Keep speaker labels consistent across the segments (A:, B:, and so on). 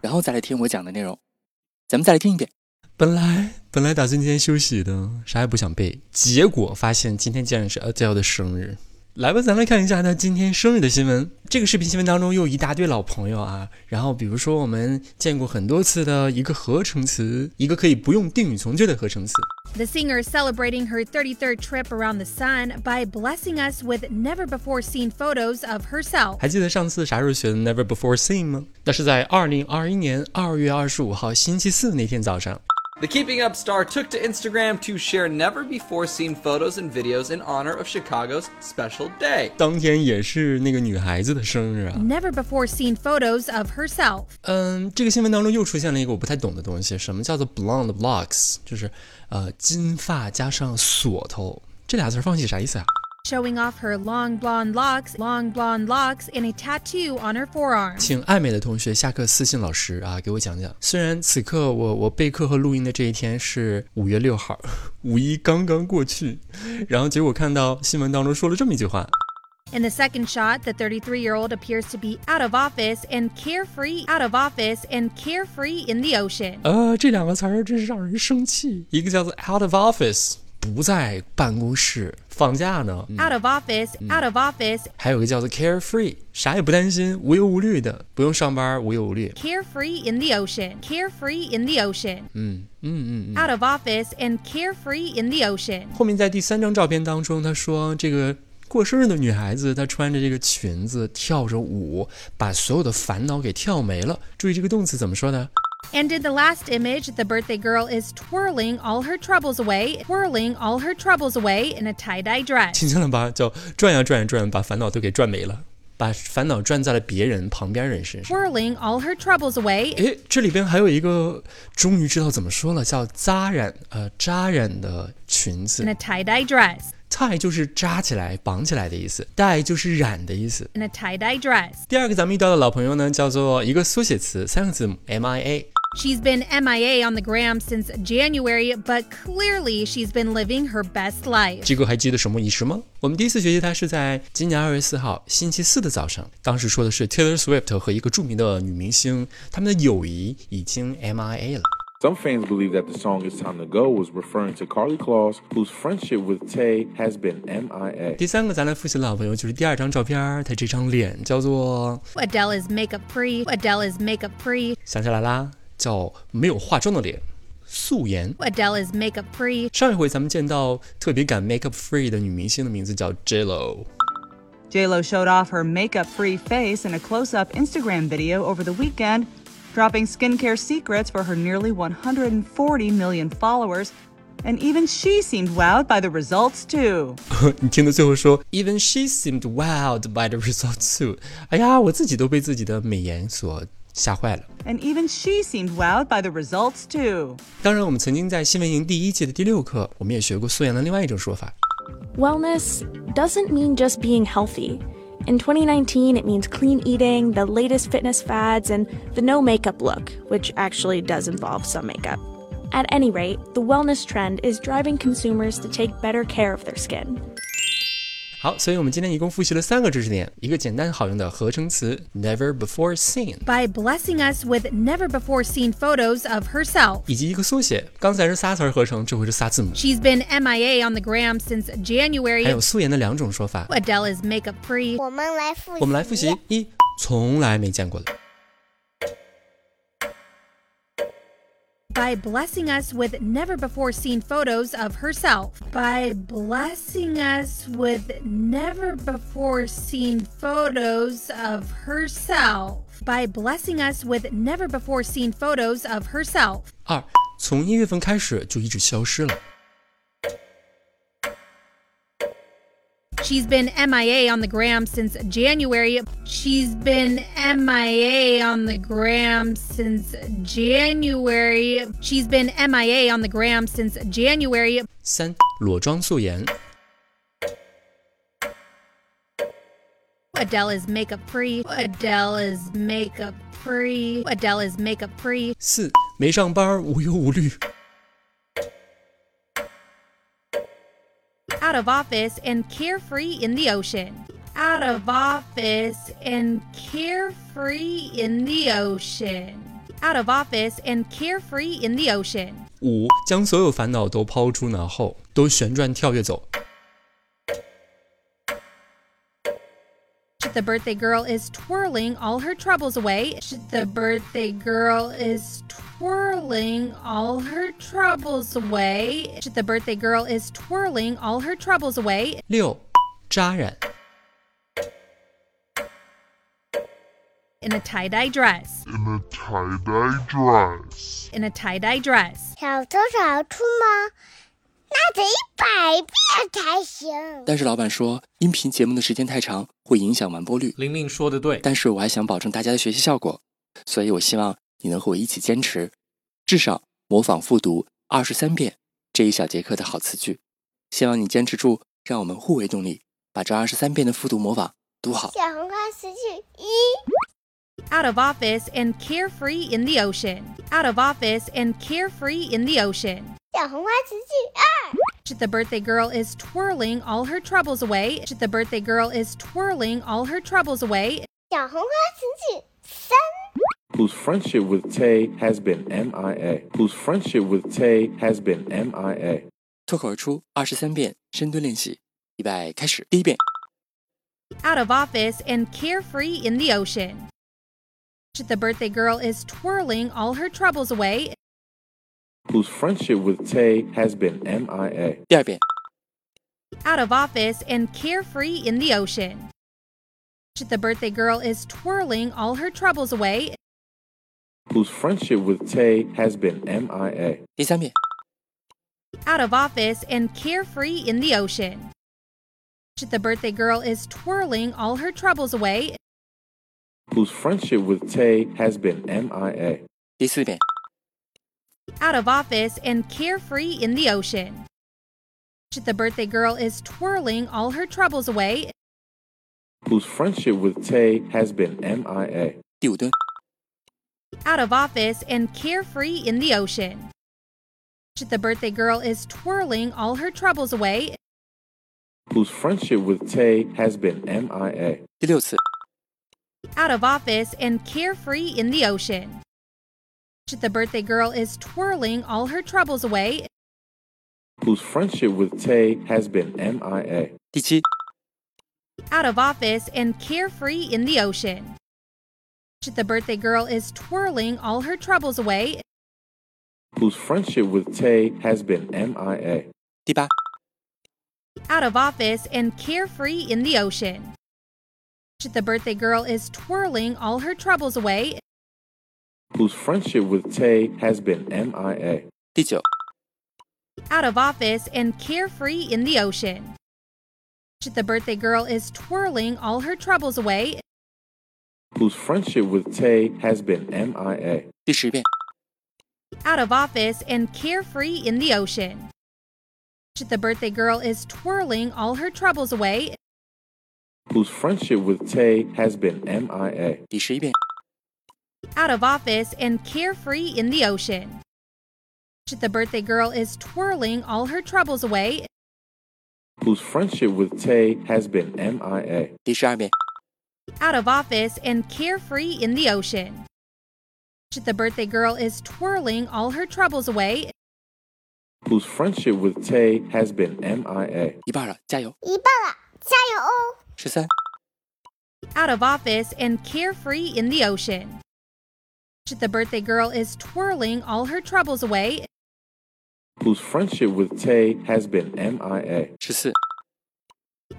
A: 然后再来听我讲的内容。咱们再来听一遍。
B: 本来本来打算今天休息的，啥也不想背，结果发现今天竟然是 Adele 的生日。来吧，咱来看一下她今天生日的新闻。这个视频新闻当中又有一大堆老朋友啊，然后比如说我们见过很多次的一个合成词，一个可以不用定语从句的合成词。
C: The singer is celebrating her 33rd trip around the sun by blessing us with never before seen photos of herself.
B: 还记得上次啥时候学的 Never Before Seen 吗？那是在二零二一年二月二十五号星期四那天早上。
D: The Keeping Up star took to Instagram to share never before seen photos and videos in honor of Chicago's special day.
B: 当天也是那个女孩子的生日啊。
C: Never before seen photos of herself.
B: 嗯，这个新闻当中又出现了一个我不太懂的东西，什么叫做 blonde locks？就是呃金发加上锁头这俩词儿放一起啥意思啊？
C: Showing off her long blonde locks, long blonde locks, and a tattoo on her forearm.
B: 请爱美的同学下课私信老师啊，给我讲讲。虽然此刻我我备课和录音的这一天是五月六号，五一刚刚过去，然后结果看到新闻当中说了这么一句话，
C: In the second shot, the 33 year old appears to be out of office and carefree, out of office and carefree in the ocean.
B: 呃，这两个词儿真是让人生气，一个叫做 out of office，不在办公室，放假呢，
C: Out of office, out of office,
B: 还有个叫做 carefree，啥也不担心，无忧无虑的，不用上班，无忧无虑。
C: carefree in the ocean, carefree in the ocean.
B: 嗯嗯嗯嗯。
C: Out of office and carefree in the ocean.
B: 后面在第三张照片当中，他说这个过生日的女孩子，她穿着这个裙子跳着舞，把所有的烦恼给跳没了。注意这个动词怎么说呢？
C: And in the last image, the birthday girl is twirling all her troubles away, twirling all her troubles away in a tie dye dress.
B: 轻轻的把叫转呀转呀转，把烦恼都给转没了，把烦恼转在了别人旁边人身上。
C: Twirling all her troubles away
B: 诶，这里边还有一个，终于知道怎么说了，叫扎染，呃，扎染的裙
C: in
B: 子
C: a tie dye dress.
B: tie 就是扎起来、绑起来的意思，带就是染的意思。
C: In a tie dye dress.
B: 第二个咱们遇到的老朋友呢，叫做一个缩写词，三个字母 M I A。
C: She's been MIA on the gram since January, but clearly she's been living her best life.
B: 这个还记得什么仪式吗？我们第一次学习它是在今年二月四号星期四的早上，当时说的是 Taylor Swift 和一个著名的女明星，他们的友谊已经 MIA 了。
E: Some fans believe that the song It's Time to Go was referring to Carly Claus, whose friendship with Tay has been MIA.
B: 第三个咱来复习的老朋友就是第二张照片儿，他这张脸叫做
C: Adele is makeup free. Adele is makeup free.
B: 想起来啦，叫没有化妆的脸，素颜。
C: Adele is makeup free.
B: 上一回咱们见到特别敢 make up free 的女明星的名字叫 J Lo。
F: JLo showed off her makeup free face in a close up Instagram video over the weekend, dropping skincare secrets for her nearly 140 million followers. And even she seemed wowed by the results, too.
B: 你听到最后说，Even she seemed wowed by the result too。哎呀，我自己都被自己的美颜所吓坏了。
F: And even she seemed wowed by the results, too.
B: 当然，我们曾经在新闻营第一季的第六课，我们也学过素颜的另外一种说法。
G: Wellness doesn't mean just being healthy. In 2019, it means clean eating, the latest fitness fads, and the no makeup look, which actually does involve some makeup. At any rate, the wellness trend is driving consumers to take better care of their skin.
B: 好，所以我们今天一共复习了三个知识点，一个简单好用的合成词 never before seen，
C: By blessing us with never before seen photos of herself.
B: 以及一个缩写。刚才是仨词儿合成，这回是仨字母。
C: She's been MIA on the gram since
B: 还
C: January.
B: 有素颜的两种说法。
C: Adele is makeup free.
H: 我们来复习，
B: 我们来复习一，从来没见过的；
C: By blessing us with never before seen photos of herself. By blessing us with never before seen photos of herself. By blessing us with never before seen photos of herself.
B: 二，从一月份开始就一直消失了；
C: She's been MIA on the gram since January. She's been MIA on the gram since January. She's been MIA on the gram since January.
B: 三，裸妆素颜。
C: Adele is makeup free. Adele is makeup free. Adele is makeup free.
B: 四，没上班，无忧无虑。
C: Out of office and carefree in the ocean. Out of office and carefree in the ocean. Out of office and carefree in the ocean.
B: 五，将所有烦恼都抛诸脑后，都旋转跳跃走。
C: The birthday girl is twirling all her troubles away. The birthday girl is twirling all her troubles away. The birthday girl is twirling all her troubles away.
B: 六，扎染。
C: in a tie dye dress.
I: in a tie dye dress.
C: In a tie dye dress.
J: 小偷小兔吗？那得一百遍才行。
A: 但是老板说，音频节目的时间太长，会影响完播率。
K: 玲玲说的对，
A: 但是我还想保证大家的学习效果，所以我希望你能和我一起坚持，至少模仿复读二十三遍这一小节课的好词句。希望你坚持住，让我们互为动力，把这二十三遍的复读模仿读好。
J: 小红花词句一，
C: Out of office and carefree in the ocean. Out of office and carefree in the ocean.
J: 小红花词句二，
C: The birthday girl is twirling all her troubles away. The birthday girl is twirling all her troubles away.
J: 小红花词句三，
E: whose friendship with Tay has been MIA, whose friendship with Tay has been MIA.
A: 脱口而出二十三遍深蹲练习，预备开始。第一遍，
C: Out of office and carefree in the ocean. The birthday girl is twirling all her troubles away.
E: Whose friendship with Tay has been MIA.
A: 第二遍，
C: out of office and carefree in the ocean. The birthday girl is twirling all her troubles away.
E: Whose friendship with Tay has been MIA.
A: 第三遍，
C: Out of office and carefree in the ocean. The birthday girl is twirling all her troubles away.
E: Whose friendship with Tay has been MIA.
A: 第四遍，
C: Out of office and carefree in the ocean. The birthday girl is twirling all her troubles away.
E: Whose friendship with Tay has been MIA.
A: 第五蹲，
C: Out of office and carefree in the ocean. The birthday girl is twirling all her troubles away.
E: Whose friendship with Tay has been MIA.
A: 第六次，
C: out of office and carefree in the ocean. The birthday girl is twirling all her troubles away.
E: Whose friendship with Tay has been MIA.
A: 第七，
C: Out of office and carefree in the ocean. The birthday girl is twirling all her troubles away.
E: Whose friendship with Tay has been MIA.
A: 第八，
C: Out of office and carefree in the ocean. The birthday girl is twirling all her troubles away.
E: Whose friendship with Tay has been MIA.
A: 第九，
C: Out of office and carefree in the ocean. The birthday girl is twirling all her troubles away.
E: whose friendship with Tay has been MIA.
A: 第十遍，
C: out of office and carefree in the ocean. The birthday girl is twirling all her troubles away.
E: Whose friendship with Tay has been MIA.
A: 第十一遍，
C: Out of office and carefree in the ocean. The birthday girl is twirling all her troubles away.
E: Whose friendship with Tay has been MIA.
A: 第十二遍，
C: Out of office and carefree in the ocean. The birthday girl is twirling all her troubles away.
E: Whose friendship with Tay has been MIA.
A: 一半了，加油！
J: 一半了，加油哦！
A: 十三、
C: Out of office and carefree in the ocean. The birthday girl is twirling all her troubles away.
E: Whose friendship with Tay has been MIA.
A: 十四、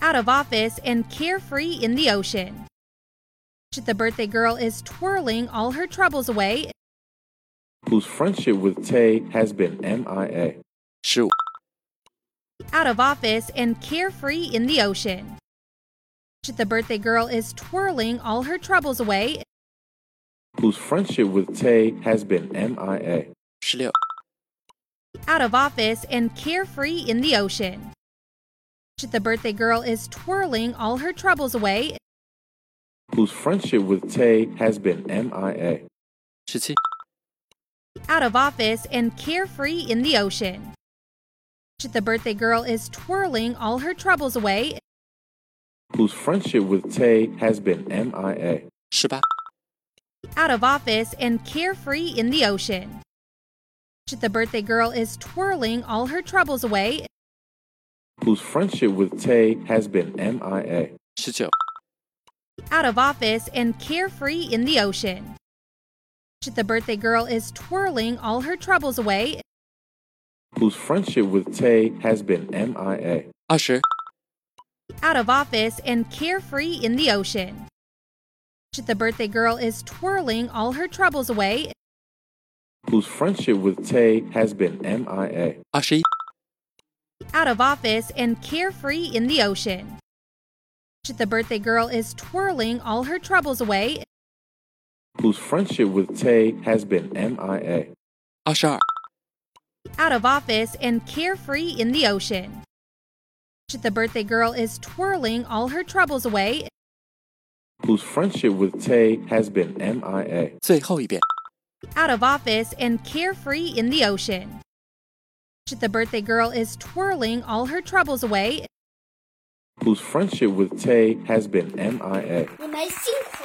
C: out of office and carefree in the ocean. The birthday girl is twirling all her troubles away.
E: Whose friendship with Tay has been MIA.
A: 十五、
C: out of office and carefree in the ocean. The birthday girl is twirling all her troubles away.
E: whose friendship with Tay has been MIA.
A: 16.
C: out of office and carefree in the ocean. The birthday girl is twirling all her troubles away.
E: Whose friendship with Tay has been MIA.
A: 17.
C: out of office and carefree in the ocean. The birthday girl is twirling all her troubles away.
E: Whose friendship with Tay has been MIA.
A: 18.
C: out of office and carefree in the ocean. The birthday girl is twirling all her troubles away.
E: Whose friendship with Tay has been MIA.
A: 19.
C: out of office and carefree in the ocean. The birthday girl is twirling all her troubles away.
E: Whose friendship with Tay has been MIA.
A: 20.
C: out of office and carefree in the ocean. The birthday girl is twirling all her troubles away.
E: Whose friendship with Tay has been MIA.
A: 21.
C: out of office and carefree in the ocean. The birthday girl is twirling all her troubles away.
E: Whose friendship with Tay has been MIA.
A: 22.
C: out of office and carefree in the ocean. The birthday girl is twirling all her troubles away.
E: Whose friendship with Tay has been MIA.
A: 最后一遍。
C: out of office and carefree in the ocean. The birthday girl is twirling all her troubles away.
E: Whose friendship with Tay has been MIA.
J: 你们辛苦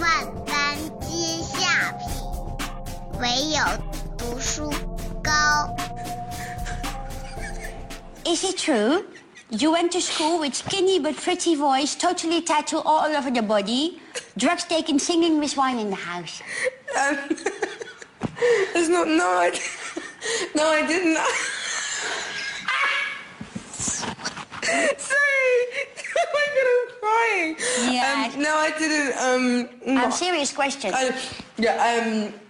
J: 万般皆下品，唯有读书高。
K: Is it true? You went to school with skinny but pretty voice, totally tattooed all over the body, drugs taken, singing with wine in the house.
L: It's not. No, I. No, I didn't. Sorry. Oh my god, I'm crying.
K: Yeah.
L: Um, no, I didn't. Um.
K: I'm serious question.
L: I, yeah. Um.